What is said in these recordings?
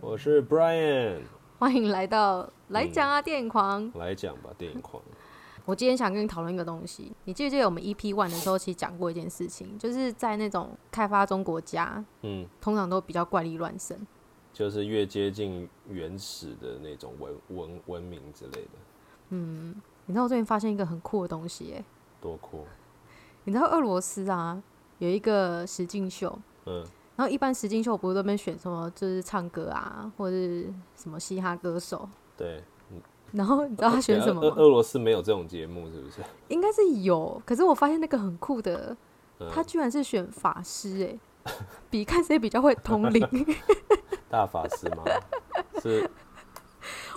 我是 Brian，欢迎来到来讲啊电影狂。来讲吧，电影狂。我今天想跟你讨论一个东西，你记不记得我们 EP One 的时候其实讲过一件事情，就是在那种开发中国家，嗯，通常都比较怪力乱神。就是越接近原始的那种文文文明之类的，你知道我最近发现一个很酷的东西、欸，多酷。你知道俄罗斯啊有一个实境秀，嗯，然后一般实境秀不是都被选什么就是唱歌啊，或者是什么嘻哈歌手，对。然后你知道哦哦他选什么等一下吗？俄俄罗斯没有这种节目，是不是？应该是有，可是我发现那个很酷的，嗯他居然是选法师、欸， 比看谁比较会通灵。 大法师吗？是，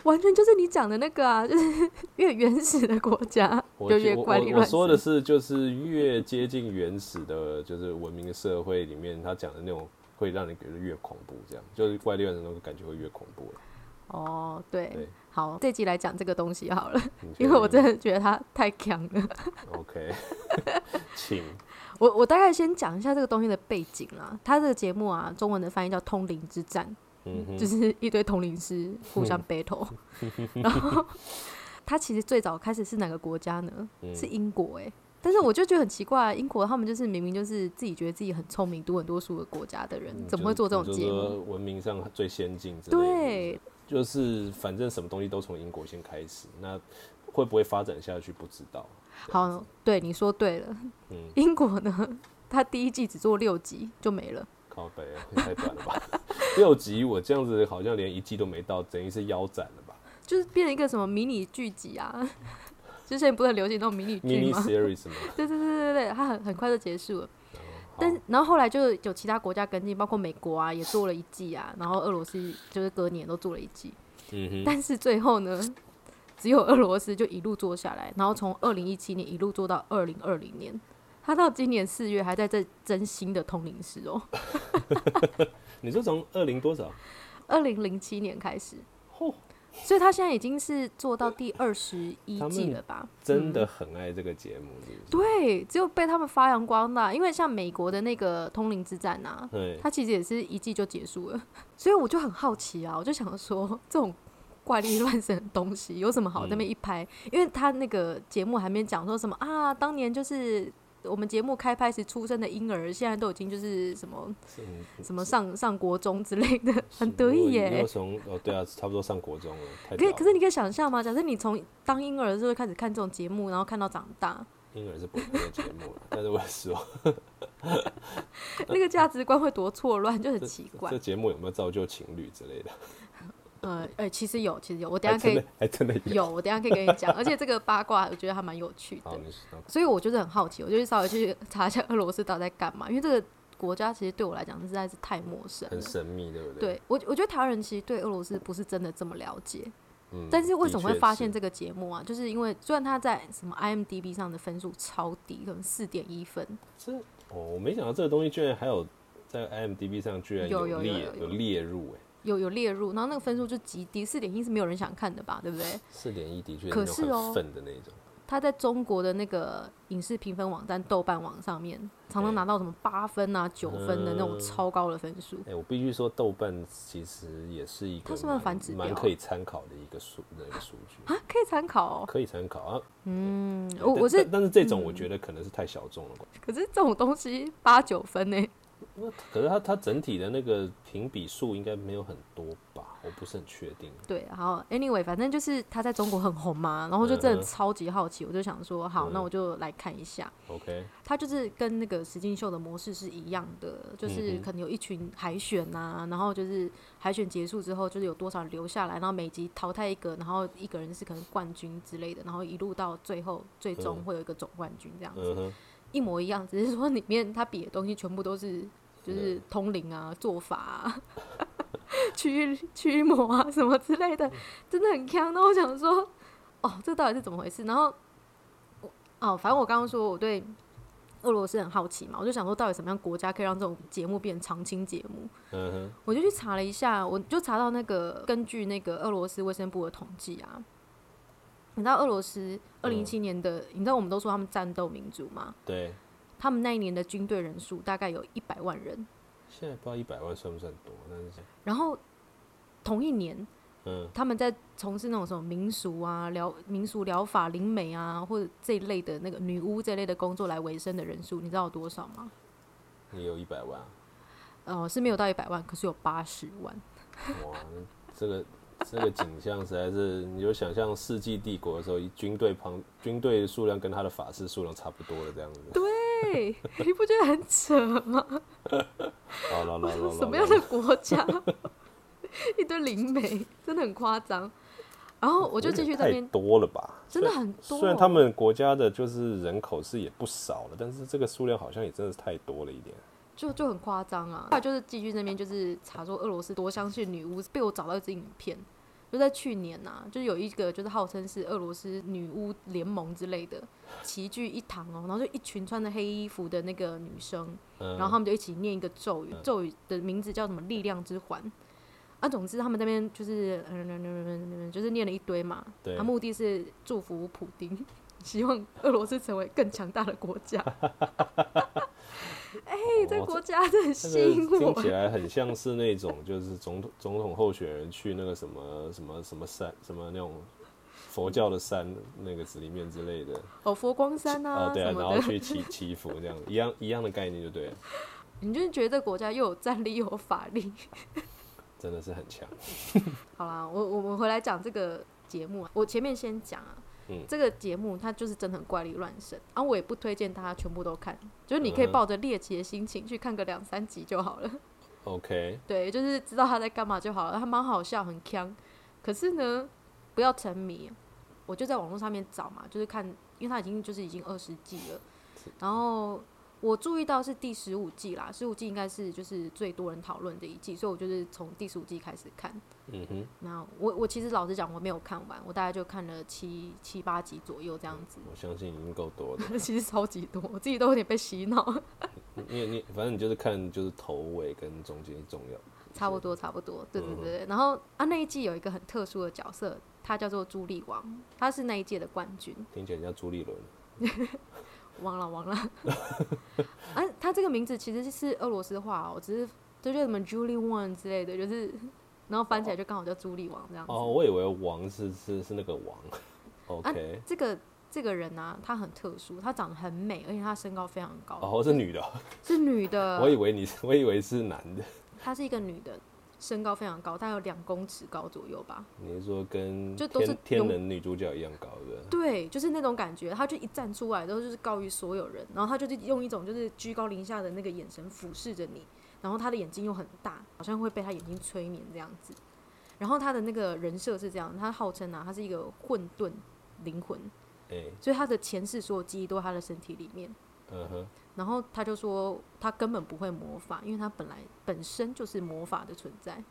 完全就是你讲的那个啊， 就是越原始的国家我就觉越我怪力我我乱说神。的是，就是越接近原始的，就是文明社会里面，他讲的那种会让人觉得越恐怖，这样就是怪力乱神那种感觉会越恐怖了。哦，对，对，好，这集来讲这个东西好了，你确因为我定真的觉得它太强了。 OK，请我我大概先讲一下这个东西的背景啦。它这个节目啊，中文的翻译叫《通灵之战》，嗯哼，就是一堆通灵师互 相 battle。然后，它其实最早开始是哪个国家呢？嗯是英国哎、但是我就觉得很奇怪，啊英国他们就是明明就是自己觉得自己很聪明、读很多书的国家的人，嗯怎么会就做是这种就是节目？说文明上最先进之类的对，，就是反正什么东西都从英国先开始，那会不会发展下去不知道。这样子好，，对你说对了。嗯，英国呢，它第一季只做六集就没了。靠北啊，也太短了吧？六集我这样子好像连一季都没到，等于是腰斩了吧就是变成一个什么迷你剧集啊。 之前不是很流行那种迷你剧？Mini 吗？ series 吗？ 对对对对对，它很很快就结束了。好但是然后后来就有其他国家跟进，包括美国啊也做了一季啊，然后俄罗斯就是隔年都做了一季，嗯哼，但是最后呢，只有俄罗斯就一路做下来，然后从二零一七年一路做到二零二零年，他到今年四月还在这真新的通灵师哦，你说从二零多少？二零零七年开始，哦，所以他现在已经是做到第二十一他季们了吧？真的很爱这个节目，是不是？嗯对，只有被他们发扬光大，因为像美国的那个《通灵之战》呐，对，它其实也是一季就结束了， 所以我就很好奇啊，我就想说这种。怪力乱神的东西有什么好嗯那么一拍？因为他那个节目还没讲说什么啊，当年就是我们节目开拍时出生的婴儿，现在都已经就是什么嗯什么上上国中之类的，很得如意果耶。你又从哦，对啊，差不多上国中了，太可以，早可是你可以想象吗？假设你从当婴儿的时候就开始看这种节目，然后看到长 大，婴儿是不会看这个节目了，但是我说那个价值观会多错乱，就很奇怪这。节目有没有造就情侣之类的？呃，哎、其实有，其实有，我 等一还下可真以的还真的有。有，我等一下可以跟你讲。而且这个八卦，我觉得还蛮有趣 好，的，你说所以我就是很好奇，我就去稍微去查一下俄罗斯到底在干嘛，因为这个国家其实对我来讲实在是太陌生很了。神秘，对不对？对我，我觉得台湾人其实对俄罗斯不是真的这么了解，嗯但是为什么会发现？的这个节目啊？就是因为虽然它在什么 IMDB 上的分数超低，可能四点一分，确是这哦，我没想到这个东西居然还有在 IMDB 上居然有有有列有有列入哎，有有列入，然后那个分数就极低，四点一是没有人想看的吧，对不对？四点一的确可哦那种是哦很愤的那种，他在中国的那个影视评分网站豆瓣网上面，常常拿到什么八分啊、九分的那种嗯超高的分数。哎，我必须说豆瓣其实也是一个它是不是蛮反指标蛮可以参考的一个数那个数据，啊，可以参考哦。可以参考啊。嗯，我但我是嗯但，但是这种我觉得可能是太小众了吧，可是这种东西八九分呢，那可是它它整体的那个评比数应该没有很多吧，我不是很确定。对，好，anyway，反正就是他在中国很红嘛，然后就真嗯的哼超级好奇，我就想说，好，嗯那我就来看一下。 OK，它就是跟那个实境秀的模式是一样的，就是嗯哼可能有一群海选呐、然后就是海选结束之后，就是有多少人留下来，然后每集淘汰一个，然后一个人是可能冠军之类的，然后一路到最后，最终嗯会有一个总冠军这样子，嗯哼，一模一样，只是说里面他比的东西全部都是就是通灵啊、做法啊、 驱驱魔啊什么之类的，真的很强。那我想说，哦，这到底是怎么回事？然后，我哦，反正我刚刚说我对俄罗斯很好奇嘛，我就想说，到底什么样国家可以让这种节目变成常青节目？嗯哼，我就去查了一下，我就查到那个根据那个俄罗斯卫生部的统计啊，你知道俄罗斯二零一七年的，你知道我们都说他们战斗民族嘛，对。他们那一年的军队人数大概有一百万人，现在不知道一百万算不算多，但是然后同一年，嗯他们在从事那种什么民俗啊、疗民俗疗法、灵媒啊，或者这一类的那个女巫这类的工作来维生的人数，你知道有多少吗？你有一百万啊，呃，是没有到一百万，可是有八十万。哇，这个这个景象实在是，你就想象世纪帝国的时候，一军队旁军队的数量跟他的法师数量差不多了这样子。 对，你不觉得很扯吗？好了，好了，什么样的国家？ 一堆灵媒，真的很夸张。然后我就继续在那太边，多了吧？真的很多。哎哦虽然他们国家的就是人口是也不少了，但是这个数量好像也真的是太多了一点。就就很夸张啊！后来就是继续那边就是查说俄罗斯多相信女巫，被我找到一支影片，就在去年呐、啊，就有一个就是号称是俄罗斯女巫联盟之类的，齐聚一堂哦，然后就一群穿着黑衣服的那个女生，嗯，然后他们就一起念一个咒语嗯，咒语的名字叫什么力量之环。啊，总之他们那边就是嗯，就是念了一堆嘛，对啊，目的是祝福普丁， 希望俄罗斯成为更强大的国家。哎、这哦国家真的这吸个引我听。起来很像是那种就是总统总统候选人去那个什么什么什么山什么那种佛教的山那个子里面之类的哦，佛光山啊哦，对啊，什然么后的，去祈祈福这样一样一样的概念就对了，你就是觉得这国家又有战力又有法力。真的是很强。好啦，我我们回来讲这个节目啊，我前面先讲啊。嗯这个节目它就是真的很怪力乱神，啊，我也不推荐大家全部都看，就是你可以嗯哼抱着猎奇的心情去看个两三集就好了。 OK，对，就是知道他在干嘛就好了，还蛮好笑，很强。可是呢，不要沉迷。我就在网络上面找嘛，就是看，因为他已经就是已经二十季了，然后我注意到是第十五季啦，十五季应该是就是最多人讨论的一季，所以我就是从第十五季开始看。嗯哼，那我我其实老实讲，我没有看完，我大概就看了七七八集左右这样子，我相信已经够多了。 其实超级多，我自己都有点被洗脑。你你反正你就是看就是头尾跟中间重要，差不多，差不多，对对嗯对。然后啊，那一季有一个很特殊的角色，他叫做朱莉王，他是那一届的冠军，听起来像朱立伦。忘了忘 了。啊，他这个名字其实是俄罗斯话哦，只是就叫什么 Julie One 之类的，就是然后翻起来就刚好叫朱莉王这样子。哦，我以为王是是是那个王。OK，、这个这个人啊，他很特殊，他长得很美，而且他身高非常高，哦，是女的哦，是女的我，以为你是我以为是男的。她是一个女的，身高非常高，大概有两公尺高左右吧。你是说跟就天都是天永人女主角一样高的？对，就是那种感觉，他就一站出来之后就是高于所有人，然后他就是用一种就是居高临下的那个眼神俯视着你，然后他的眼睛又很大，好像会被他眼睛催眠这样子。然后他的那个人设是这样，他号称啊，他是一个混沌灵魂，哎、所以他的前世所有记忆都在他的身体里面。嗯哼，然后他就说他根本不会魔法，因为他本来本身就是魔法的存在，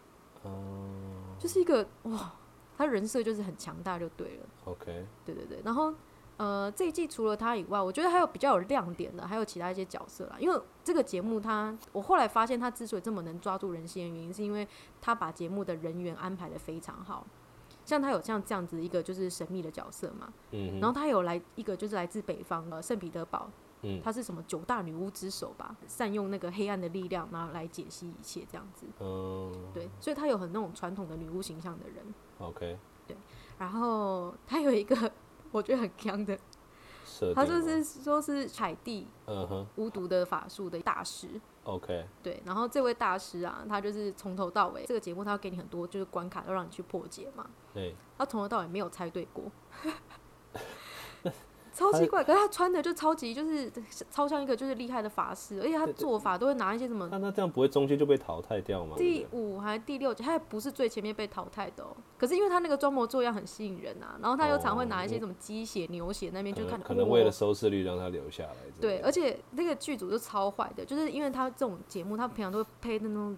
哦就是一个哇，他人设就是很强大就对了。 ，OK，对对对，然后呃，这一季除了他以外，我觉得还有比较有亮点的，还有其他一些角色啦。因为这个节目它，我后来发现它之所以这么能抓住人心的原因，是因为他把节目的人员安排的非常好。像他有像这样子一个就是神秘的角色嘛，嗯然后他有来一个就是来自北方的圣彼得堡，嗯他是什么九大女巫之首吧，善用那个黑暗的力量，然后来解析一切这样子。嗯对，所以他有很那种传统的女巫形象的人。 ，OK，然后他有一个 我觉得很强的，设定他就了是说是海地嗯哼巫毒的法术的大师， ，OK，对。然后这位大师啊，他就是从头到尾这个节目，他要给你很多就是关卡，要让你去破解嘛。哎、他从头到尾没有猜对过， 超奇怪。可是他穿的就超级就是超像一个就是厉害的法师，而且他做法都会拿一些什么那那这样不会中间就被淘汰掉吗？第对不对五还是第六集，他也不是最前面被淘汰的哦。可是因为他那个装模作样很吸引人啊，然后他又常会拿一些什么鸡血、牛血那边就哦可看能到可能哦为了收视率让他留下来之类对，的。而且那个剧组就超坏的，就是因为他这种节目，他平常都会配那种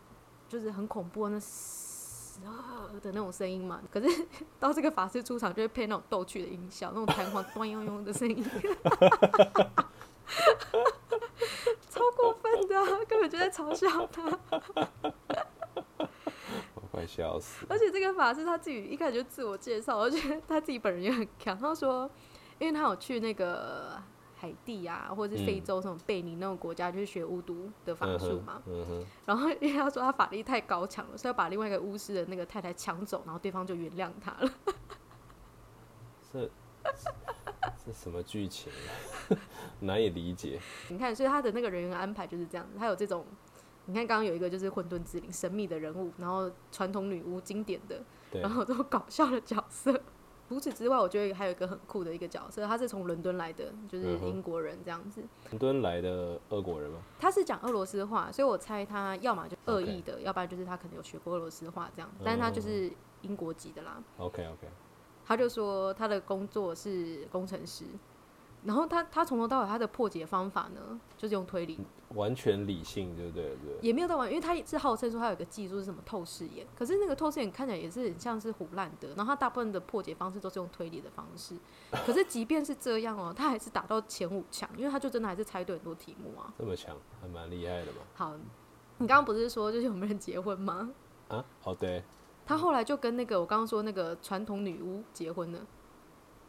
就是很恐怖的那嘶啊的那种声音嘛。可是 到这个法师出场，就会配那种逗趣的音效，那种弹簧咚咚咚的声音， 超过分的、啊，根本就在嘲笑他。我快笑死了。而且这个法师他自己一开始就自我介绍，而且他自己本人也很强，他说，因为他有去那个海地啊，或者是非洲什么贝尼那种国家，就是学巫毒的法嗯术哼嘛。，嗯哼，然后因为他说他法力太高强了，所以要把另外一个巫师的那个太太抢走，然后对方就原谅他了。 这这什么剧情啊？ 难以理解。你看，所以他的那个人员安排就是这样子，他有这种。你看，刚刚有一个就是混沌之灵，神秘的人物，然后传统女巫经典的，对然，后都搞笑的角色。 除此之外，我觉得还有一个很酷的一个角色，他是从伦敦来的，就是嗯哼英国人这样子。伦敦来的俄国人吗？他是讲俄罗斯话，所以我猜他要么就恶 OK 嗯意的要不然就是他可能有学过俄罗斯话这样，但是他就是英国籍的啦。 OK OK，他就说他的工作是工程师，然后他他从头到尾他的破解方法呢，就是用推理，完全理性，对不对？对不对，也没有到完，因为他也是号称说他有一个技术是什么透视眼，可是那个透视眼看起来也是很像是胡烂的，然后他大部分的破解方式都是用推理的方式，可是即便是这样哦、他还是打到前五强，因为他就真的还是猜对很多题目啊。这么强，还蛮厉害的嘛。好，你刚刚不是说就是有没有人结婚吗？啊，哦对，他后来就跟那个我刚刚说那个传统女巫结婚了。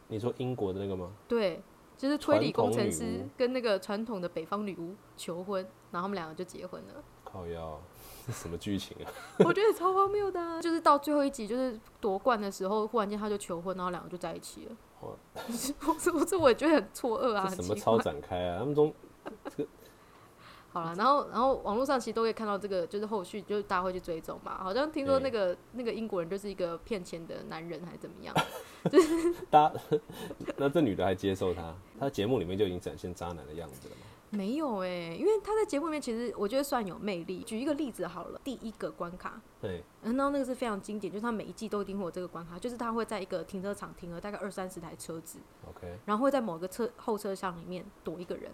你说英国的那个吗？对，就是推理工程传统女师巫跟那个传统的北方女巫求婚，然后他们两个就结婚了。靠腰， 这什么剧情啊？ 我觉得超荒谬的、啊，就是到最后一集就是夺冠的时候，忽然间他就求婚，然后两个就在一起了。哇 我这我这我也觉得很错愕啊，哦这很什么奇超怪。展开啊？他们中好了，然后然后网络上其实都可以看到这个，就是后续就是大家会去追踪嘛。好像听说对那个那个英国人就是一个骗钱的男人还是怎么样，搭， 那这女的还接受他，他节目里面就已经展现渣男的样子了嘛？没有哎、因为他在节目里面其实我觉得算有魅力。举一个例子好了，第一个关卡对，嗯，然后那个是非常经典，就是他每一季都一定会有这个关卡，就是他会在一个停车场停了大概二三十台车子， OK，然后会在某个车后车厢里面躲一个人，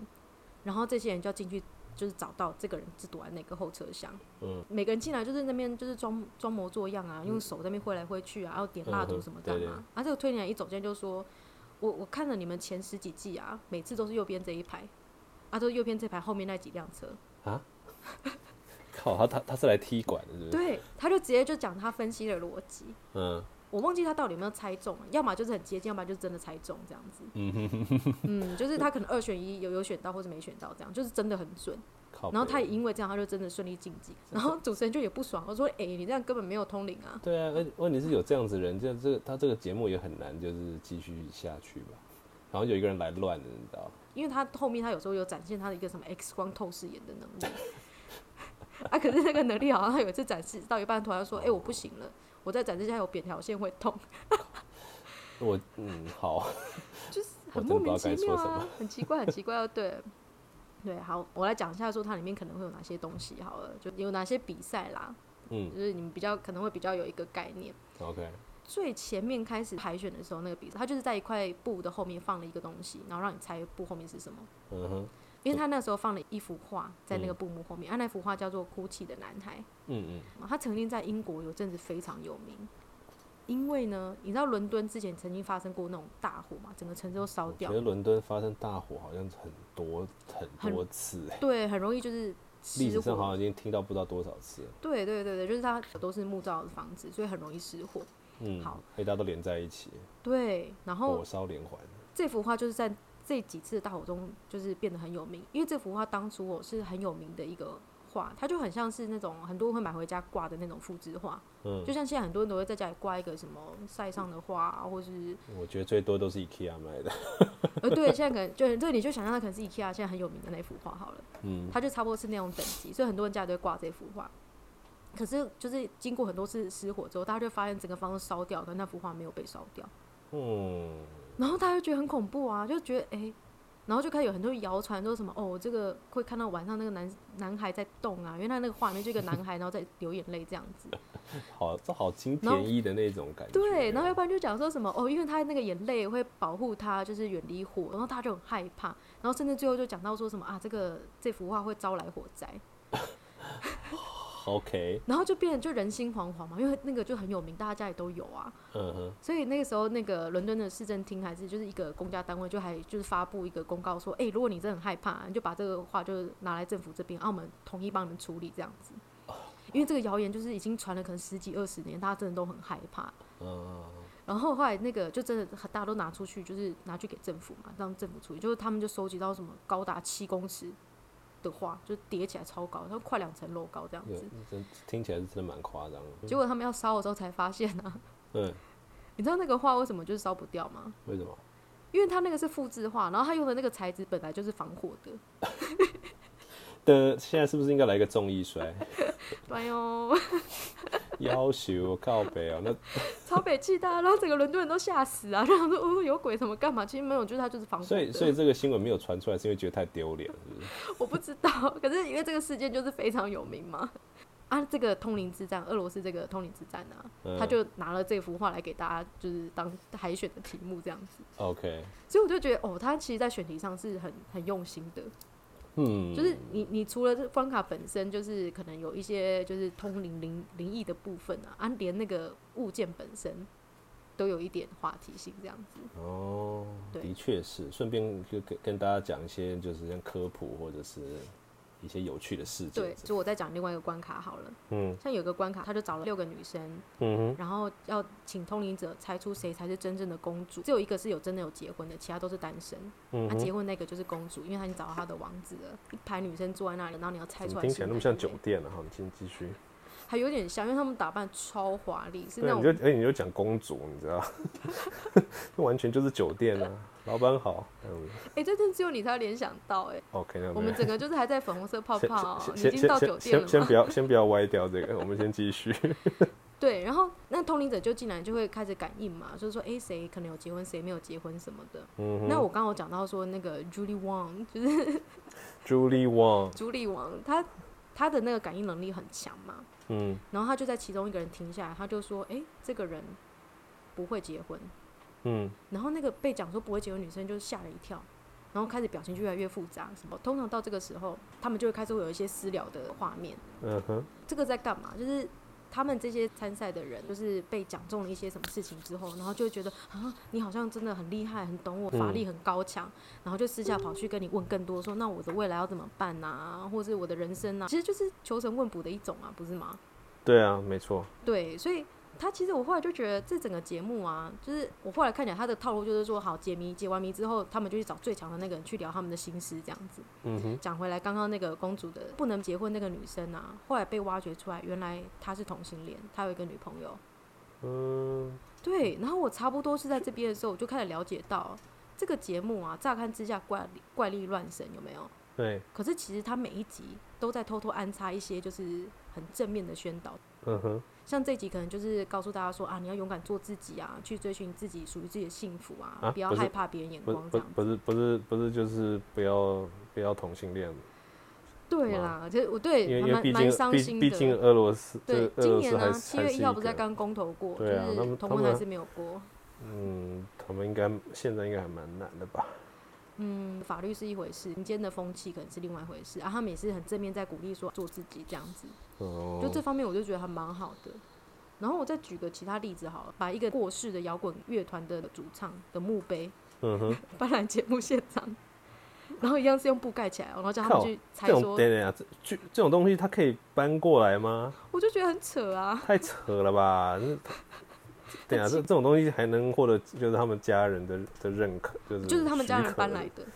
然后这些人就要进去，就是找到这个人是躲在哪个后车厢。嗯，每个人进来就是那边就是装装模作样啊，用手在那边挥来挥去啊，然后点蜡烛嗯哼什么干对对嘛。啊，这个推理人一走进来就说：“我我看了你们前十几季啊，每次都是右边这一排，啊，都是右边这排后面那几辆车。”靠，他他他是来踢馆的，是不是？对，他就直接就讲他分析的逻辑。嗯我忘记他到底有没有猜中，啊要么就是很接近，要么就是真的猜中这样子。嗯哼哼，嗯，就是他可能二选一，有有选到或者没选到，这样就是真的很准。靠北。啊然后他也因为这样，他就真的顺利晋级。然后主持人就也不爽，我说：“哎、你这样根本没有通灵啊对啊，而问题是有这样子的人，这这个他这个节目也很难就是继续下去吧。然后有一个人来乱的，你知道吗？！”因为他后面他有时候有展现他的一个什么 X 光透视眼的能力 啊，可是那个能力好像他有一次展示到一半，突然说：“哎、我不行了，我再展示一下，有扁条线会痛。”我嗯好， 很莫名我真其的妙不知道该说什 啊么，很奇怪，很奇怪哦。对，对，好，我来讲一下说它里面可能会有哪些东西好了，就有哪些比赛啦，嗯就是你们比较可能会比较有一个概念。 ，OK，最前面开始海选的时候，那个比赛，它就是在一块布的后面放了一个东西，然后让你猜布后面是什么。嗯哼，因为他那时候放了一幅画在那个布幕后面，啊，那幅画叫做《哭泣的男孩》。嗯他曾经在英国有阵子非常有名，因为呢，你知道伦敦之前曾经发生过那种大火嘛，整个城市都烧嗯，掉觉得，伦敦发生大火好像很多很多很次，对，很容易就是失历史上好火。像已经听到不知道多少次了。对对对对，就是它都是木造的房子，所以很容易失火。嗯，好，大家都连在一起，对，然后火烧连环。这幅画就是在这几次的大火中，就是变得很有名。因为这幅画当初我是很有名的一个画，它就很像是那种很多人会买回家挂的那种复制画，嗯就，像现在很多人都会在家里挂一个什么晒上的花、啊，或是我觉得最多都是 IKEA 卖的。呃，对，现在可能就这你就想象它可能是 IKEA 现在很有名的那幅画好了。嗯，它就差不多是那种等级，所以很多人家里都会挂这幅画。可是就是经过很多次失火之后，大家就发现整个房子烧掉，可那幅画没有被烧掉，嗯，然后大家就觉得很恐怖啊，就觉得诶，然后就开始有很多谣传说什么哦，这个会看到晚上那个男男孩在动啊，因为他那个画面就一个男孩，然后在流眼泪这样子。好，这好金然后田一的那种感觉。对，然后要不然就讲说什么哦，因为他那个眼泪会保护他，就是远离火，然后他就很害怕，然后甚至最后就讲到说什么啊，这个这幅画会招来火灾， OK，然后就变得就人心惶惶嘛，因为那个就很有名，大家家里都有啊，嗯哼，所以那个时候那个伦敦的市政厅还是就是一个公家单位，就还就是发布一个公告说，哎、如果你真的很害怕，你就把这个话就是拿来政府这边，啊，我们统一帮你们处理这样子。因为这个谣言就是已经传了可能十几二十年，大家真的都很害怕。嗯，然后后来那个就真的大家都拿出去，就是拿去给政府嘛，让政府处理。就是他们就收集到什么高达七公尺的花，就叠起来超高，它快两层楼高这样对子。，真听起来是真的蛮夸张的。结果他们要烧的时候才发现啊，嗯，你知道那个画为什么就是烧不掉吗？为什么？因为它那个是复制画，然后它用的那个材质本来就是防火的。的现在是不是应该来个重 艺摔？对哦哟，要求靠北哦、那 超北气大，然后整个伦敦人都吓死啊！然后说哦有鬼什么干嘛？其实没有，就是它就是防火所以的。所以这个新闻没有传出来，是因为觉得太丢脸，是不是？我不知道，可是因为这个事件就是非常有名嘛。啊，这个通灵之战，俄罗斯这个通灵之战啊，嗯他就拿了这幅画来给大家，就是当海选的题目这样子。 OK，所以我就觉得，哦，他其实，在选题上是很很用心的。嗯，就是你，你除了这关卡本身，就是可能有一些就是通灵灵灵异的部分啊，啊，连那个物件本身都有一点话题性这样子。哦，对的确是。顺便就跟跟大家讲一些，就是像科普或者是一些有趣的事件。对，就我再讲另外一个关卡好了。嗯像有个关卡，他就找了六个女生，嗯哼，然后要请通灵者猜出谁才是真正的公主，只有一个是有真的有结婚的，其他都是单身。嗯那、结婚那个就是公主，因为她已经找到她的王子了。一排女生坐在那里，然后你要猜怎出么来。听起来那么像酒，店了、哈？你先继续。还有点像，因为他们打扮超华丽，是对，那你种就哎、你就讲公主，你知道， 那完全就是酒店 啊，老板好。嗯哎、这真的只有你才会联想到哎、 OK，那我们整个就是还在粉红色泡先泡，先你已先经到酒先店先了吗 先不？要先不要歪掉这个，我们先继续。对，然后那通灵者就进来就会开始感应嘛，就是说，哎、谁可能有结婚，谁没有结婚什么的。嗯那我刚刚有讲到说，那个 Julie Wang 就是 Julie Wang，朱莉王，她她的那个感应能力很强嘛，嗯然后她就在其中一个人停下来，她就说，哎、这个人不会结婚。嗯，然后那个被讲说不会结婚的女生就吓了一跳，然后开始表情就越来越复杂。什么？通常到这个时候，他们就会开始会有一些私聊的画面。嗯哼，这个在干嘛？就是他们这些参赛的人，就是被讲中了一些什么事情之后，然后就会觉得啊，你好像真的很厉害，很懂我，法力很高强，然后就私下跑去跟你问更多，说那我的未来要怎么办啊，或是我的人生啊，其实就是求神问卜的一种啊，不是吗？对啊，没错，对，所以。他其实我后来就觉得这整个节目啊，就是我后来看起来他的套路就是说，好解谜解完谜之后，他们就去找最强的那个人去聊他们的心事这样子。嗯哼，讲回来，刚刚那个公主的不能结婚那个女生啊，后来被挖掘出来，原来她是同性恋，她有一个女朋友。嗯，对，然后我差不多是在这边的时候，我就开始了解到这个节目啊，乍看之下怪力怪力乱神有没有？对，可是其实它每一集都在偷偷安插一些就是很正面的宣导，嗯哼，像这集可能就是告诉大家说啊，你要勇敢做自己啊，去追寻自己属于自己的幸福啊，啊不要不是害怕别人眼不光这不样子。不是不是不是就是不要不要同性恋，对啦，其实我对因为因为蛮毕蛮竟伤心毕的。毕竟俄罗斯对，这俄今罗年斯还呢，是七月还是一号不是在个刚公投过，就对啊他是们同他婚们还是没有过。嗯，他们应该现在应该还蛮难的吧？嗯，法律是一回事，民间的风气可能是另外一回事。啊，他们也是很正面在鼓励说做自己这样子，哦，就这方面我就觉得还蛮好的。然后我再举个其他例子好了，把一个过世的摇滚乐团的主唱的墓碑嗯哼，搬来节目现场，然后一样是用布盖起来哦， 然后叫他们靠去猜这种说，等等啊，这这这种东西它可以搬过来吗？我就觉得很扯啊。太扯了吧！这对啊，这这种东西还能获得就是他们家人的的认可，就是就是他们家嗯许人可搬来的，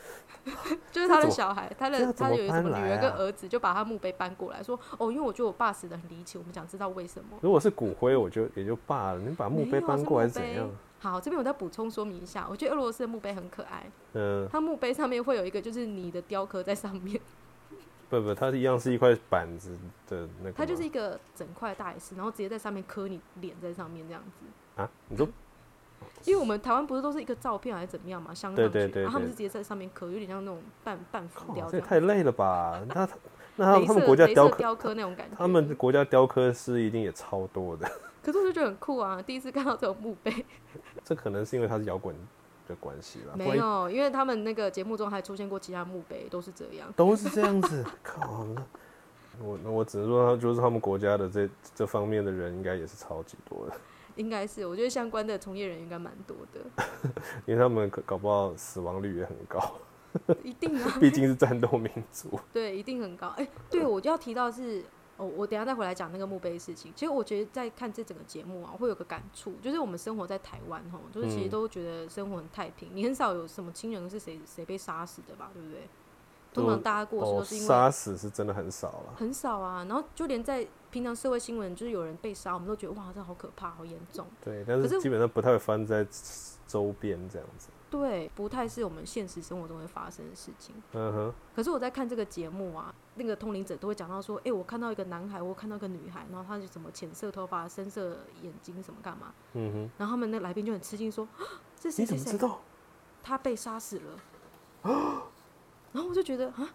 就是他这怎的么小孩，他这的要怎他么的有一什么搬女来儿跟啊儿子就把他墓碑搬过来说，哦，因为我觉得我爸死的很离奇，我们想知道为什么。如果是骨灰，我就也就罢了，你把墓没碑有啊搬是过来墓是怎碑样？好，这边我再补充说明一下，我觉得俄罗斯的墓碑很可爱，嗯，它墓碑上面会有一个就是你的雕刻在上 面，不不，它一样是一块板子的那个吗。它就是一个整块大 S，然后直接在上面刻你脸在上面这样子。啊，你嗯说因为我们台湾不是都是一个照片还是怎么样嘛，镶上去，对对对然后他们对是直接在上面刻，有点像那种半半浮雕靠，这这也样，太累了吧？那他镭那他他们射国家镭射雕刻，雕刻那种感觉。他们国家雕刻师一定也超多的。 可是我就觉得很酷啊！第一次看到这种墓碑，这可能是因为他是摇滚的关系啊啦，不没然有，因为他们那个节目中还出现过其他墓碑，都是这样。都是这样子。靠，那我那我只能说，他就是他们国家的这这方面的人应该也是超级多的，应该是，我觉得相关的从业人员应该蛮多的，因为他们搞搞不好死亡率也很高，一定啊， 毕竟是战斗民族。 对，一定很高。哎、对，我就要提到的是，哦，我等一下再回来讲那个墓碑的事情。其实我觉得在看这整个节目啊，我会有个感触，就是我们生活在台湾吼，就是其实嗯都觉得生活很太平，你很少有什么亲人是谁谁被杀死的吧，对不对？通常大家过世哦，都是因为杀死是真的很少了。很少啊，然后就连在平常社会新闻，就是有人被杀，我们都觉得哇，这好可怕，好严重。对，但可是是基本上不太会发生在周边这样子。对，不太是我们现实生活中会发生的事情。嗯哼，可是我在看这个节目啊，那个通灵者都会讲到说，诶，我看到一个男孩，我看到一个女孩，然后他是什么浅色头发、深色眼睛什么干嘛，嗯哼，然后他们那来宾就很吃惊说，啊这你谁怎谁么知谁，啊道？他被杀死了。 然后我就觉得啊，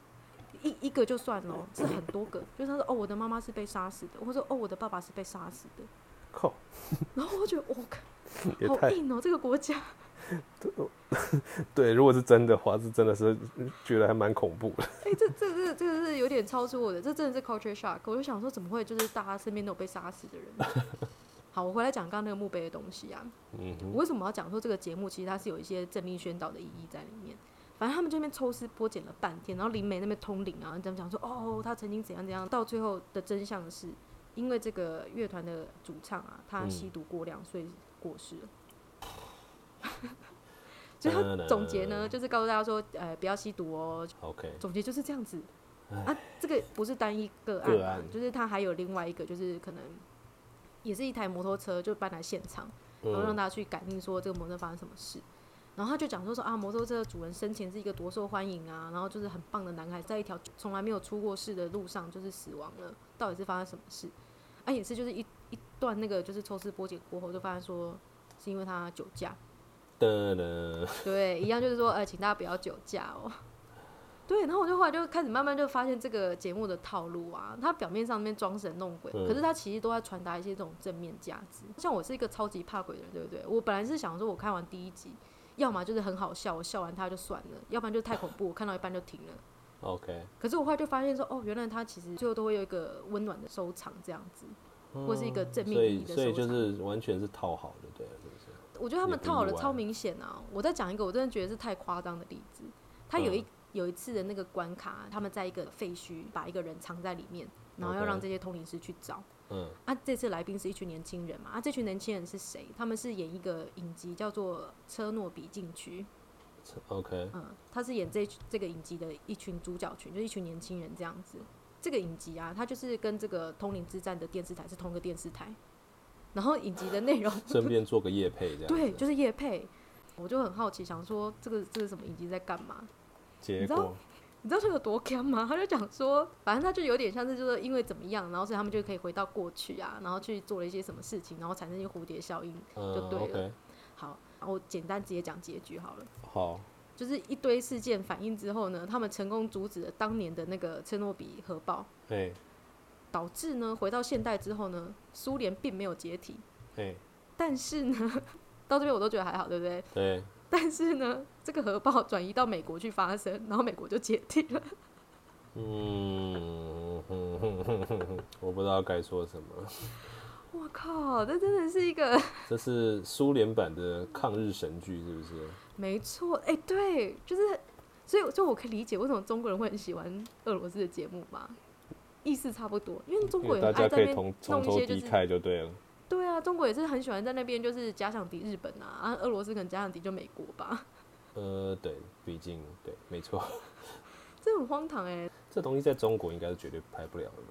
一一个就算了，是很多个，就是他说哦，我的妈妈是被杀死的，或者说哦，我的爸爸是被杀死的，靠，然后我就觉得我靠、也好太硬哦，这个国家。对。如果是真的话，是真的是觉得还蛮恐怖的。哎、这这这这个是有点超出我的，这真的是 culture shock。我就想说，怎么会就是大家身边都有被杀死的人？好，我回来讲刚刚那个墓碑的东西啊。嗯哼，我为什么要讲说这个节目其实它是有一些正面宣导的意义在里面？反正他们这边抽丝剥茧了半天，然后灵媒那边通灵啊，怎么讲说哦，他曾经怎样怎样，到最后的真相是因为这个乐团的主唱啊，他嗯吸毒过量，所以过世了。 所以他总结呢，就是告诉大家说，呃，不要吸毒哦， ，OK，总结就是这样子。啊，这个不是单一个案,、啊个案就是他还有另外一个，就是可能也是一台摩托车，就搬来现场，然后让嗯大家去感应说这个摩托车发生什么事。然后他就讲说说啊，摩托车的主人生前是一个多受欢迎啊，然后就是很棒的男孩，在一条从来没有出过事的路上就是死亡了，到底是发生什么事？啊，也是就是一一段那个就是抽丝剥茧过后，就发现说是因为他酒驾，的呢，对，一样就是说，呃，请大家不要酒驾哦。对，然后我就后来就开始慢慢就发现这个节目的套路啊，它表面上面装神弄鬼，嗯可是它其实都在传达一些这种正面价值。像我是一个超级怕鬼的人，对不对？我本来是想说，我看完第一集，要么就是很好笑，我笑完它就算了；，要不然就太恐怖，我看到一半就停了。 ，OK，可是我后来就发现说，哦，原来它其实最后都会有一个温暖的收场，这样子，或是一个正所面意义以的收场。所以就是完全是套好的，对了，是不是？我觉得他们也不意套好了外超明显啊！我再讲一个，我真的觉得是太夸张的例子。他有一、嗯有一次的那个关卡，他们在一个废墟把一个人藏在里面，然后要 OK 让这些通灵师去找。嗯啊，这次来宾是一群年轻人嘛？啊，这群年轻人是谁？他们是演一个影集叫做《车诺比禁区》， ，OK，嗯，他是演这这个影集的一群主角群，就一群年轻人这样子。这个影集啊，它就是跟这个《通灵之战》的电视台是同一个电视台，然后影集的内容顺便做个夜配这样。对，，就是叶配。我就很好奇，想说这个这个什么影集在干嘛？结你知道果你知道这有多坑吗？他就讲说，反正他就有点像是就是因为怎么样，然后所以他们就可以回到过去啊，然后去做了一些什么事情，然后产生一些蝴蝶效应。嗯就对了，OK，好，我简单直接讲结局好了。好，就是一堆事件反应之后呢，他们成功阻止了当年的那个车诺比核爆，哎导致呢回到现代之后呢，苏联并没有解体，哎，但是呢， 到这边我都觉得还好，对不对？对，但是呢，这个核爆转移到美国去发生，然后美国就解体 了。嗯，哼哼哼哼哼我不知道该说什么。我靠，这真的是一个这是苏联版的抗日神剧，是不是？ 没错，哎、对，就是，所以就我可以理解为什么中国人会很喜欢俄罗斯的节目吧，意思差不多，因为中因国为也很爱大家啊在那可边以从弄从一头些就敌是，忾就对了。对啊，中国也是很喜欢在那边就是假想敌日本啊，啊，俄罗斯可能假想敌就美国吧， 呃，对，毕竟对，没错，这很荒唐哎、这东西在中国应该是绝对拍不了的嘛。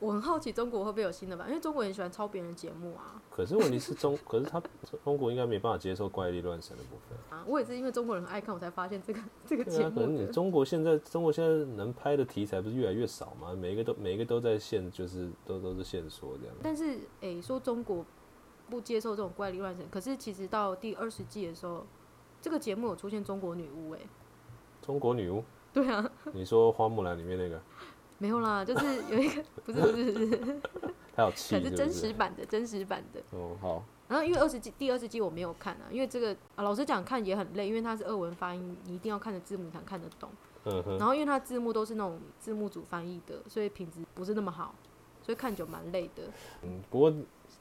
我很好奇中国会不会有新的版，因为中国人喜欢抄别人的节目啊。可是问题 是中，可是他中国应该没办法接受怪力乱神的部分。啊，我也是因为中国人很爱看，我才发现这个这个对节啊，可能目你的。中国现在中国现在能拍的题材不是越来越少吗？每一个都每一个都在限，就是都都是限缩这样。但是，诶、说中国不接受这种怪力乱神，可是其实到第二十季的时候，这个节目有出现中国女巫、诶，中国女巫，对啊，你说花木兰里面那个，没有啦，就是有一个不是不是不是，她有气可是是不真是实？版的真实版的。哦，好，然后因为二十季第二十季我没有看啊，因为这个啊老实讲看也很累，因为它是俄文发音，你一定要看着字幕才看得懂。嗯哼，然后因为它字幕都是那种字幕组翻译的，所以品质不是那么好。所以看久蛮累的。嗯，不过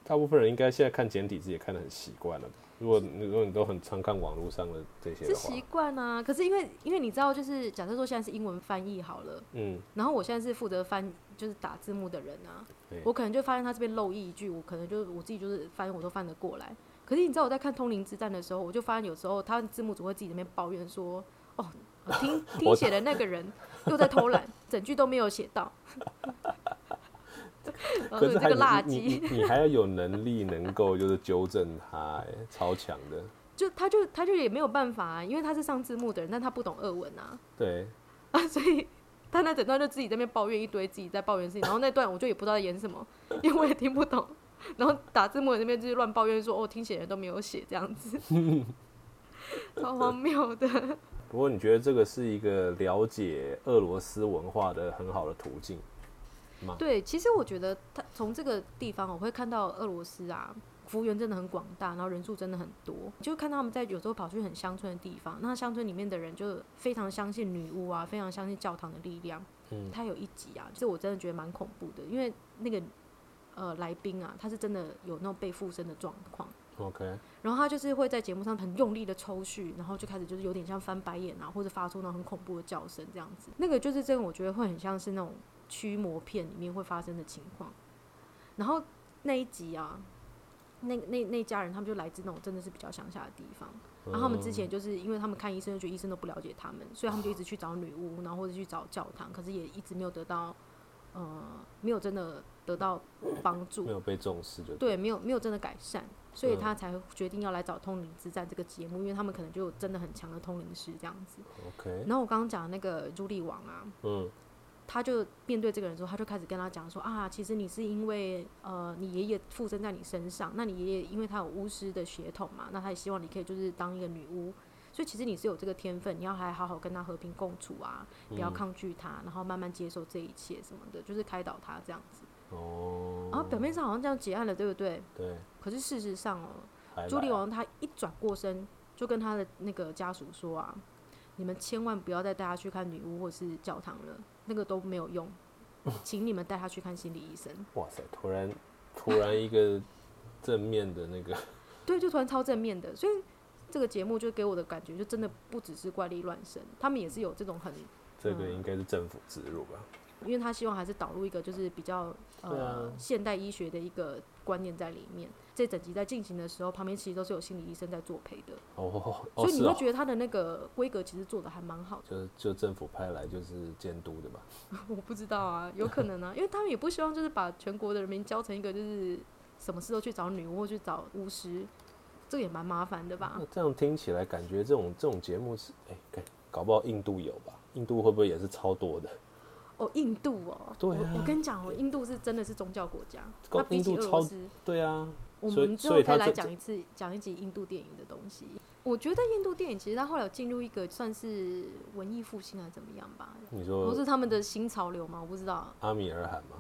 大部分人应该现在看简体字也看得很习惯了。如果你如果你都很常看网络上的这些是的话习，惯啊，可是因为因为你知道，就是假设说现在是英文翻译好了，嗯，然后我现在是负责翻就是打字幕的人啊对，我可能就发现他这边漏译一句，我可能就我自己就是翻我都翻得过来。可是你知道我在看《通灵之战》的时候，我就发现有时候他字幕组会自己在那边抱怨 说：“哦，听听写的那个人又在偷懒，整句都没有写到。” 然后可哦有是 这还个垃你圾你，你你还要有能力能够就是纠正他、哎，超强的，就他就他就也没有办法、啊，因为他是上字幕的人，但他不懂俄文啊。对， 啊，所以他那整段就自己在那边抱怨一堆自己在抱怨的事情，然后那段我就也不知道在演什么，因为我也听不懂。然后打字幕的那边就是乱抱怨说，哦，听写人都没有写这样子，超荒谬的。不过你觉得这个是一个了解俄罗斯文化的很好的途径？ 对，其实我觉得他从这个地方，我会看到俄罗斯啊，服务员真的很广大，然后人数真的很多，就看到他们在有时候跑去很乡村的地方，那乡村里面的人就非常相信女巫啊，非常相信教堂的力量。嗯他有一集啊，这我真的觉得蛮恐怖的，因为那个呃来宾啊，他是真的有那种被附身的状况。嗯，OK，然后他就是会在节目上很用力的抽蓄，然后就开始就是有点像翻白眼啊，或者发出那种很恐怖的叫声这样子。那个就是真的，我觉得会很像是那种驱魔片里面会发生的情况。然后那一集啊，那那那家人他们就来自那种真的是比较乡下的地方，然后他们之哦前就是因为他们看医生就觉得医生都不了解他们，所以他们就一直去找女巫，然后或者去找教堂，可是也一直没有得到，呃，没有真的得到帮助没。有被重视就对，没有没有真的改善，所以嗯他才决定要来找《通灵之战》这个节目，因为他们可能就有真的很强的通灵师这样子。 OK，然后我刚刚讲的那个朱莉王啊，嗯，他就面对这个人之后，他就开始跟他讲说啊，其实你是因为呃你爷爷附身在你身上，那你爷爷因为他有巫师的血统嘛，那他也希望你可以就是当一个女巫。所以其实你是有这个天分，你要还好好跟他和平共处啊，不嗯要抗拒他，然后慢慢接受这一切什么的，就是开导他这样子。哦，然后表面上好像这样结案了，对不对？对，可是事实上哦，还朱来莉啊王她一转过身，就跟她的那个家属说啊：“你们千万不要再带她去看女巫或是教堂了，那个都没有 用，请你们带她去看心理医生。哇塞，突然突然一个正面的那个，”对，就突然超正面的，所以这个节目就给我的感觉，就真的不只是怪力乱神，他们也是有这种很，这嗯个应该是政府植入吧？因为他希望还是导入一个就是比较对呃、啊现代医学的一个观念在里面。这整集在进行的时候，旁边其实都是有心理医生在作陪的，哦，哦所以你是会哦，觉得他的那个规格其实做的还蛮好的。就就政府派来就是监督的吧？我不知道啊，有可能啊，因为他们也不希望就是把全国的人民教成一个就是什么事都去找女巫或去找巫师，这个也蛮麻烦的吧那？这样听起来感觉这种这种节目是，哎、看搞不好印度有吧？印度会不会也是超多的？哦，印度哦，对啊我我跟你讲哦，印度是真的是宗教国家，搞那比起印度俄超罗斯，对啊，我所以们之所后以可它以来这讲一次讲一集印度电影的东西。我觉得印度电影其实它后来有进入一个算是文艺复兴还是怎么样吧，你不说是他们的新潮流嘛，我不知道。阿米尔汗吗？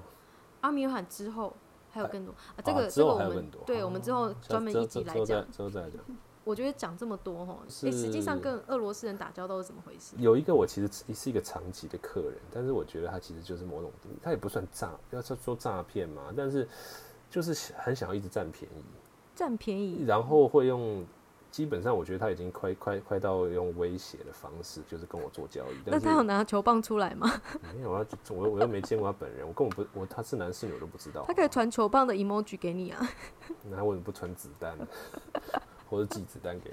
阿米尔汗之后还有更多啊，这啊个之这个后我还有们更多哦对，我们之后专门一集之来后讲再。之后再来讲。我觉得讲这么多哈，诶，实际是上跟俄罗斯人打交道是怎么回事？有一个我其实是一个长期的客人，但是我觉得他其实就是某种，他也不算诈，要说说诈骗嘛，但是就是很想要一直占便宜，占便宜，然后会用。基本上，我觉得他已经快快快到用威胁的方式，就是跟我做交易。那但是他有拿球棒出来吗？没有啊，就我我又没见过他本人，我根本不我他是男是女我都不知道。他可以传球棒的 emoji 给你啊。那他为什么不传子 弹呢？或者寄子弹给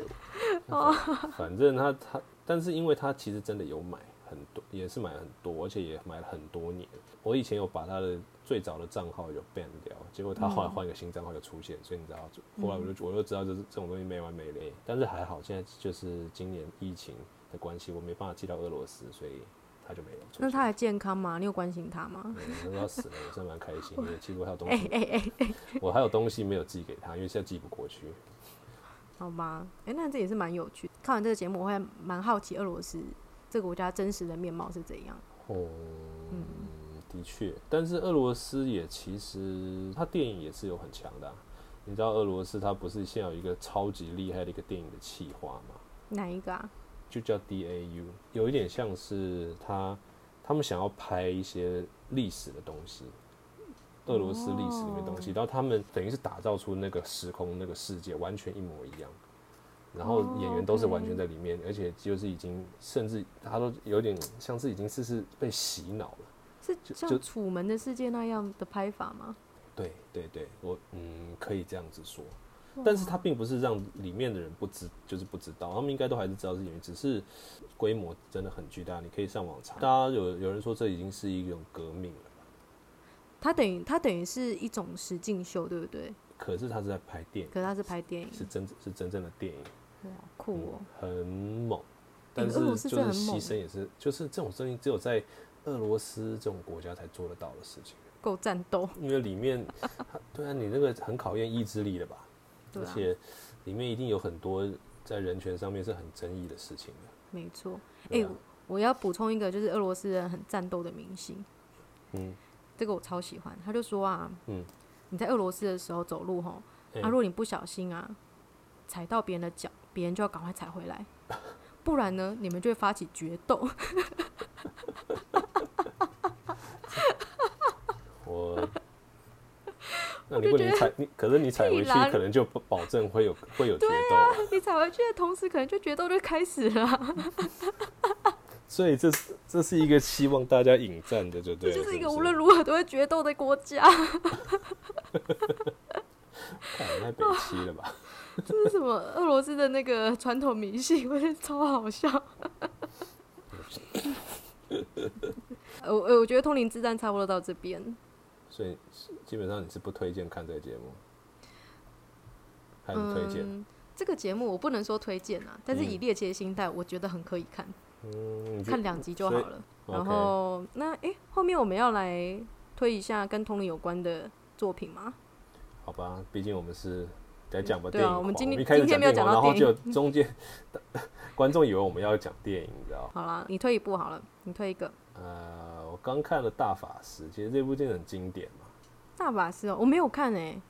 哦我？反反正他他，但是因为他其实真的有买很多，也是买很多，而且也买了很多年。我以前有把他的最早的账号有 ban 掉，结果他后来嗯换一个新账号又出现，所以你知道，就后来我就我就知道就是这种东西没完没了。但是还好，现在就是今年疫情的关系，我没办法寄到俄罗斯，所以他就没有出现。那他还健康吗？你有关心他吗？嗯那要死了，我真的蛮开心的。其实我还有东哎西， 哎哎，我还有东西没有寄给他，因为现在寄不过去。好吧，哎、那这也是蛮有趣的。看完这个节目，我会蛮好奇俄罗斯这个国家真实的面貌是怎样。哦，的确，但是俄罗斯也其实它电影也是有很强的啊、你知道俄罗斯它不是现在有一个超级厉害的一个电影的企划吗？哪一个啊？就叫 DAU，有一点像是他他们想要拍一些历史的东西。俄罗斯历史里面的哦东西，然后他们等于是打造出那个时空、那个世界完全一模一样，然后哦演员都是 OK 完全在里面，而且就是已经甚至他都有点像是已经是是被洗脑了。是就像就《楚门的世界》那样的拍法吗？对对对，我嗯可以这样子说，但是他并不是让里面的人不知，就是不知道，他们应该都还是知道是演员，只是规模真的很巨大。你可以上网查，大家有有人说这已经是一种革命了，它等于它等于是一种实境秀，对不对？可是他是在拍电影，可是它是拍电影，是嗯真是真正的电影，哇，好酷哦、很猛，但俄是罗就斯是真的很猛牺牲也是，就是这种事情只有在俄罗斯这种国家才做得到的事情，够战斗，因为里面，对啊，你那个很考验意志力的吧？对而啊，且里面一定有很多在人权上面是很争议的事情的。没错。哎、对啊我要补充一个，就是俄罗斯人很战斗的明星，嗯这个我超喜欢。他就说啊，嗯，你在俄罗斯的时候走路吼，哎啊，如果你不小心啊，踩到别人的脚，别人就要赶快踩回来，不然呢，你们就会发起决斗。 哎我， 那你不能踩你，可是你踩回屁去啦，啊可能就不保证会有会有决斗、啊你踩回去的同时，可能就决斗就开始了啊、 所以这是这是一个希望大家引战的，就对这了。就是一个不无论如何都会决斗的国家。看太北七了吧？这是什么俄罗斯的那个传统迷信？我觉得超好笑。 呃我呃我觉得《通灵之战》差不多到这边，所以基本上你是不推荐看这个节目，还是推荐？嗯。这个节目我不能说推荐啊，但是以嗯猎奇的心态，我觉得很可以看，嗯，你觉看两集就好了。所以然 OK 后那诶、后面我们要来推一下跟通灵有关的作品吗？好吧，毕竟我们是来讲吧，对啊电影狂我们今一天开始今天讲没有讲电影狂到然后就中间 观众以为我们要讲电影，你知道吗？好啦，你推一部好了，你推一个呃，我刚看了《大法师》，其实这部电影很经典嘛，大法师哦、我没有看诶、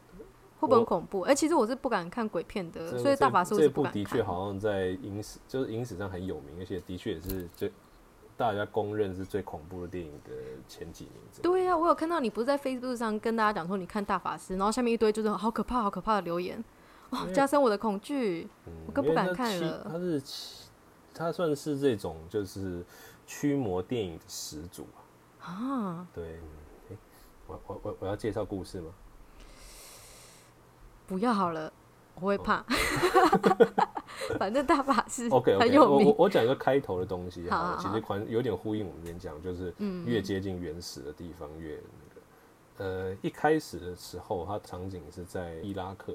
会不会很我恐怖？哎、其实我是不敢看鬼片的，这呃所以大这法师我这是不部敢看。的确好像在影史，就是影史上很有名，而且的确也是最大家公认是最恐怖的电影的前几名之一。对啊呀、我有看到你不是在 Facebook 上跟大家讲说你看大法师，然后下面一堆就是好可怕、好可怕的留言，哇、因为加深我的恐惧。嗯，我更因为不敢它看七了它是七，它算是这种就是驱魔电影的始祖啊。啊，对，嗯诶我我我我要介绍故事吗？不要好了，我哦会 怕。反正大法师 OK 很 OK，有我我名。我讲一个开头的东西好哈，好嗯其好实款有点呼应我们今天讲，就是越接近原始的地方越那个。呃，一开始的时候，它场景是在伊拉克，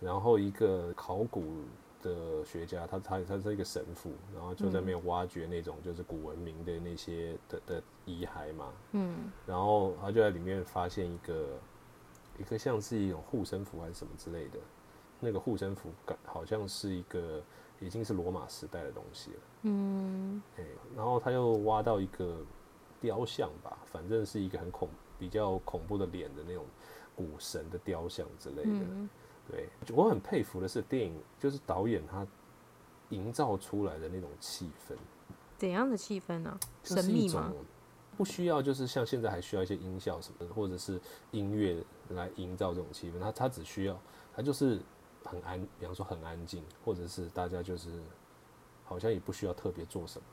然后一个考古的学家，他他他是一个神父，然后就在那边挖掘那种就是古文明的那些的的遗骸嘛，嗯，然后他就在里面发现一个一个像是一种护身符还是什么之类的，那个护身符感好像是一个已经是罗马时代的东西了。嗯，哎、然后他又挖到一个雕像吧，反正是一个很恐比较恐怖的脸的那种古神的雕像之类的。嗯对，我很佩服的是电影，就是导演他营造出来的那种气氛。怎样的气氛呢、就是神秘一种吗？不需要，就是像现在还需要一些音效什么的，或者是音乐来营造这种气氛。它它只需要，它就是很安，比方说很安静，或者是大家就是好像也不需要特别做什么，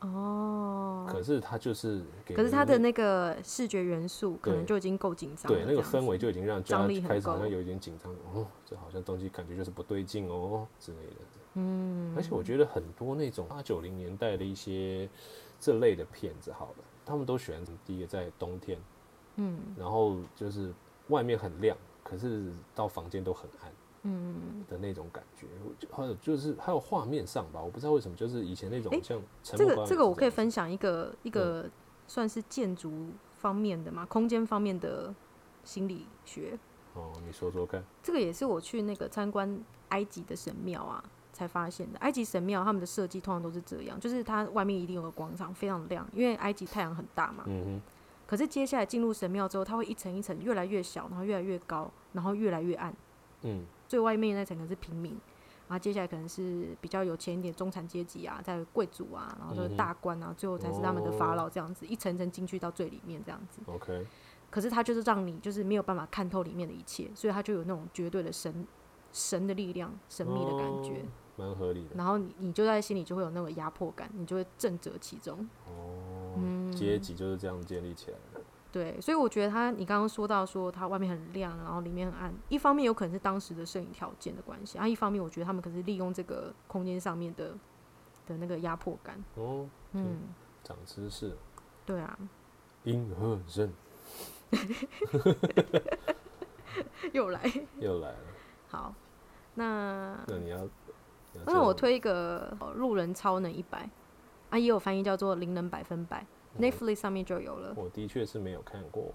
哦，可是它就是给可是人他的那那个视觉元素可能对就已经够紧张了。对那这个样氛子围就已经让大张力家很开始好够像有一点紧张，哦，这好像东西感觉就是不对劲哦之类的。嗯，而且我觉得很多那种八九零年代的一些这类的片子，好了，他们都喜欢第一个在冬天。嗯然后就是外面很亮，可是到房间都很暗嗯，的那种感觉。我就还有就是还有画面上吧，我不知道为什么，就是以前那种诶像沉这默个寡这语个是我可以样嗯分享一个一个算是建筑方面的嘛，空间方面的心理学。哦，你说说看。这个也是我去那个参观埃及的神庙啊才发现的。埃及神庙他们的设计通常都是这样，就是它外面一定有个广场，非常亮，因为埃及太阳很大嘛。嗯可是接下来进入神庙之后，它会一层一层越来越小，然后越来越高，然后越来越暗。哼，嗯最外面那层可能是平民，然后接下来可能是比较有钱一点中产阶级啊，在贵族啊，然后就是嗯哼大官啊，最后才是他们的哦法老这样子，一层层进去到最里面这样子。 ，OK，可是它就是让你就是没有办法看透里面的一切，所以它就有那种绝对的神神的力量、神秘的感觉。哦蛮合理的然后你你就在心里就会有那个压迫感，你就会震折其中。嗯哦。阶、级就是这样建立起来的。对，所以我觉得他，你刚刚说到说它外面很亮，然后里面很暗，一方面有可能是当时的摄影条件的关系，啊，一方面我觉得他们可是利用这个空间上面的的那个压迫感。哦，嗯，长知识了，对啊，因何人又来，又来了？好，那那你要，你要那我推一个呃路人超能一百，啊，也有翻译叫做灵能百分百，Netflix 哦上面就有了。我的确是没有看过，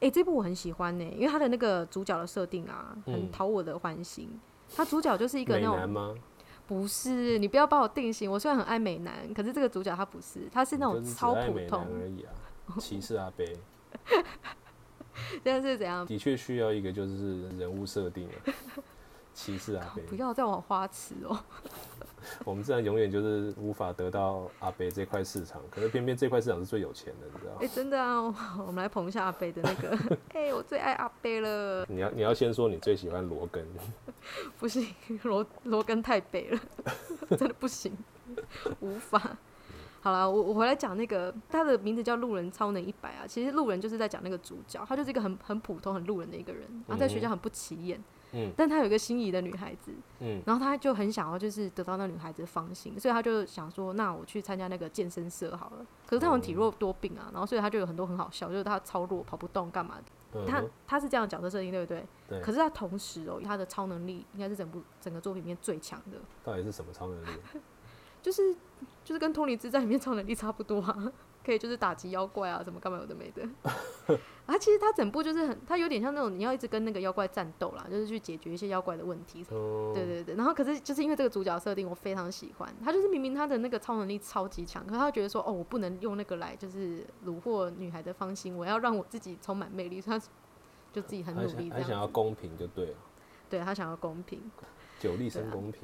哎、这部我很喜欢呢、因为它的那个主角的设定啊，很嗯讨我的欢心。他主角就是一个美那种男吗？不是，你不要把我定型。我虽然很爱美男，可是这个主角他不是，他是那你种就是超只爱普美男通。而已啊。歧视阿北，现在是怎样？的确需要一个就是人物设 定啊。歧视阿北，不要再往花痴哦、我们自然永远就是无法得到阿北这块市场，可是偏偏这块市场是最有钱的，你知道哎、吗？真的啊，我我们来捧一下阿贝的那个。 哎、我最爱阿贝了，你要你要先说你最喜欢罗根，不行， 罗罗根太北了， 真的不行， 无法。好了，我我回来讲那个，他的名字叫路人超能一百啊。其实路人就是在讲那个主角，他就是一个很很普通、很路人的一个人，然后在学校很不起眼，嗯但他有一个心仪的女孩子，嗯然后他就很想要就是得到那女孩子的芳心，所以他就想说，那我去参加那个健身社好了。可是他们体弱多病啊，然后所以他就有很多很好笑，就是他超弱跑不动干嘛的。嗯他哼，他是这样的角色设定对不对？对可是他同时哦，他的超能力应该是整部整个作品里面最强的，到底是什么超能力？就是就是跟托尼之战里面超能力差不多啊， 可以就是打击妖怪啊，什么干嘛有的没 的。啊，其实他整部就是很，他有点像那种你要一直跟那个妖怪战斗啦，就是去解决一些妖怪的问题哦，对对对，然后可是就是因为这个主角设定，我非常喜欢。他就是明明他的那个超能力超级强，可是他觉得说，哦，我不能用那个来就是虏获女孩的芳心，我要让我自己充满魅力，所以他就自己很他努想力这他想样要子。公平就对了，对他想要公平。久立对生啊公平。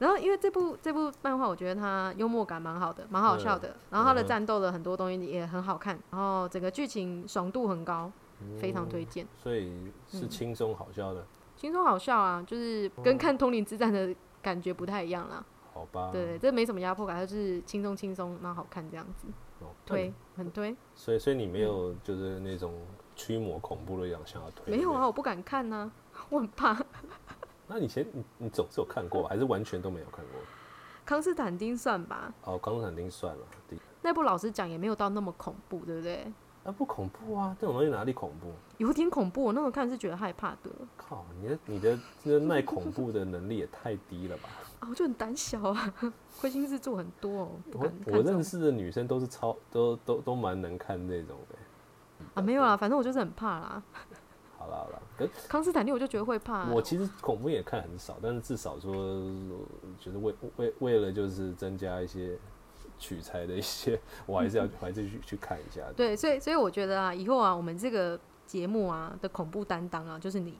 然后因为这部这部漫画，我觉得它幽默感蛮好的，蛮好笑的。然后它的嗯哼战斗的很多东西也很好看，然后整个剧情爽度很高，嗯非常嗯推荐。所以是轻松好笑的，轻松好笑啊，就是跟看《通灵之战》的感觉不太一样啦。好吧？对，这没什么压迫感，它就是轻松轻松，蛮好看这样子，哦，推很推。所以所以你没有就是那种驱魔恐怖的样想要推？嗯没有啊，。 我不敢看呐、我很怕。那你以前你你总是有看过吧，还是完全都没有看过？康斯坦丁算吧，哦，康斯坦丁算了，第那部老实讲也没有到那么恐怖，对不对？啊不恐怖啊，这种东西哪里恐怖？有点恐怖，我那时候看是觉得害怕的靠，你的你的这个耐恐怖的能力也太低了吧！啊，我就很胆小啊，亏心事做很多哦， 不我敢看我这认种识的女生都是超都都都蛮能看那种的。啊，没有啦，反正我就是很怕啦。好啦好啦，可是康斯坦丁我就觉得会怕、啊我其实恐怖也看很少，但是至少说，就是为为为了就是增加一些取材的一些， 我还是要我还是去去看一下的。嗯对，所以所以我觉得啊，以后啊，我们这个节目啊的恐怖担当啊，就是你。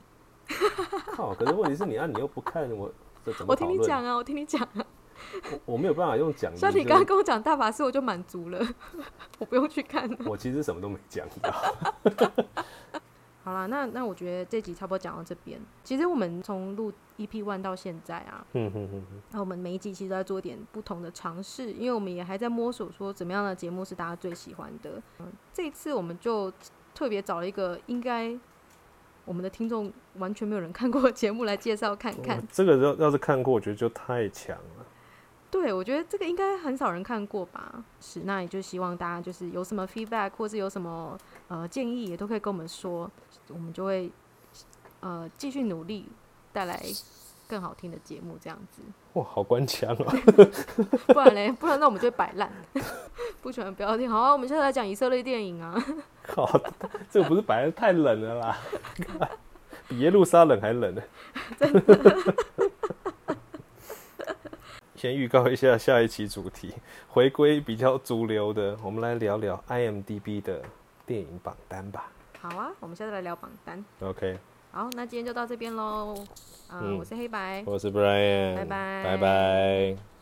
靠！可是问题是你啊，你又不看我，这怎么我讨听你论？讲啊，我听你讲啊。我我没有办法用讲的。像你就刚刚跟我讲大法师，我就满足了，我不用去看了。我其实什么都没讲到。好啦，那那我觉得这集差不多讲到这边。其实我们从录 EP One 到现在啊， 嗯哼哼哼那我们每一集其实都在做点不同的尝试，因为我们也还在摸索说怎么样的节目是大家最喜欢的。嗯，这一次我们就特别找了一个应该我们的听众完全没有人看过的节目来介绍看看我。嗯这个要要是看过，我觉得就太强了。对，我觉得这个应该很少人看过吧。是，那也就希望大家就是有什么 feedback 或是有什么呃建议，也都可以跟我们说，我们就会呃继续努力，带来更好听的节目这样子。哇，好官腔哦！不然嘞，不然那我们就会摆烂。 不喜欢不要听，好啊，我们现在来讲以色列电影啊。靠， 这个不是白的太冷了啦，比耶路撒冷还冷呢。先预告一下下一期主题，回归比较主流的，我们来聊聊 IMDB 的电影榜单吧。好啊，我们现在来聊榜单。 OK，好，那今天就到这边喽。啊、嗯我是黑白，我是 Brian，拜拜拜拜。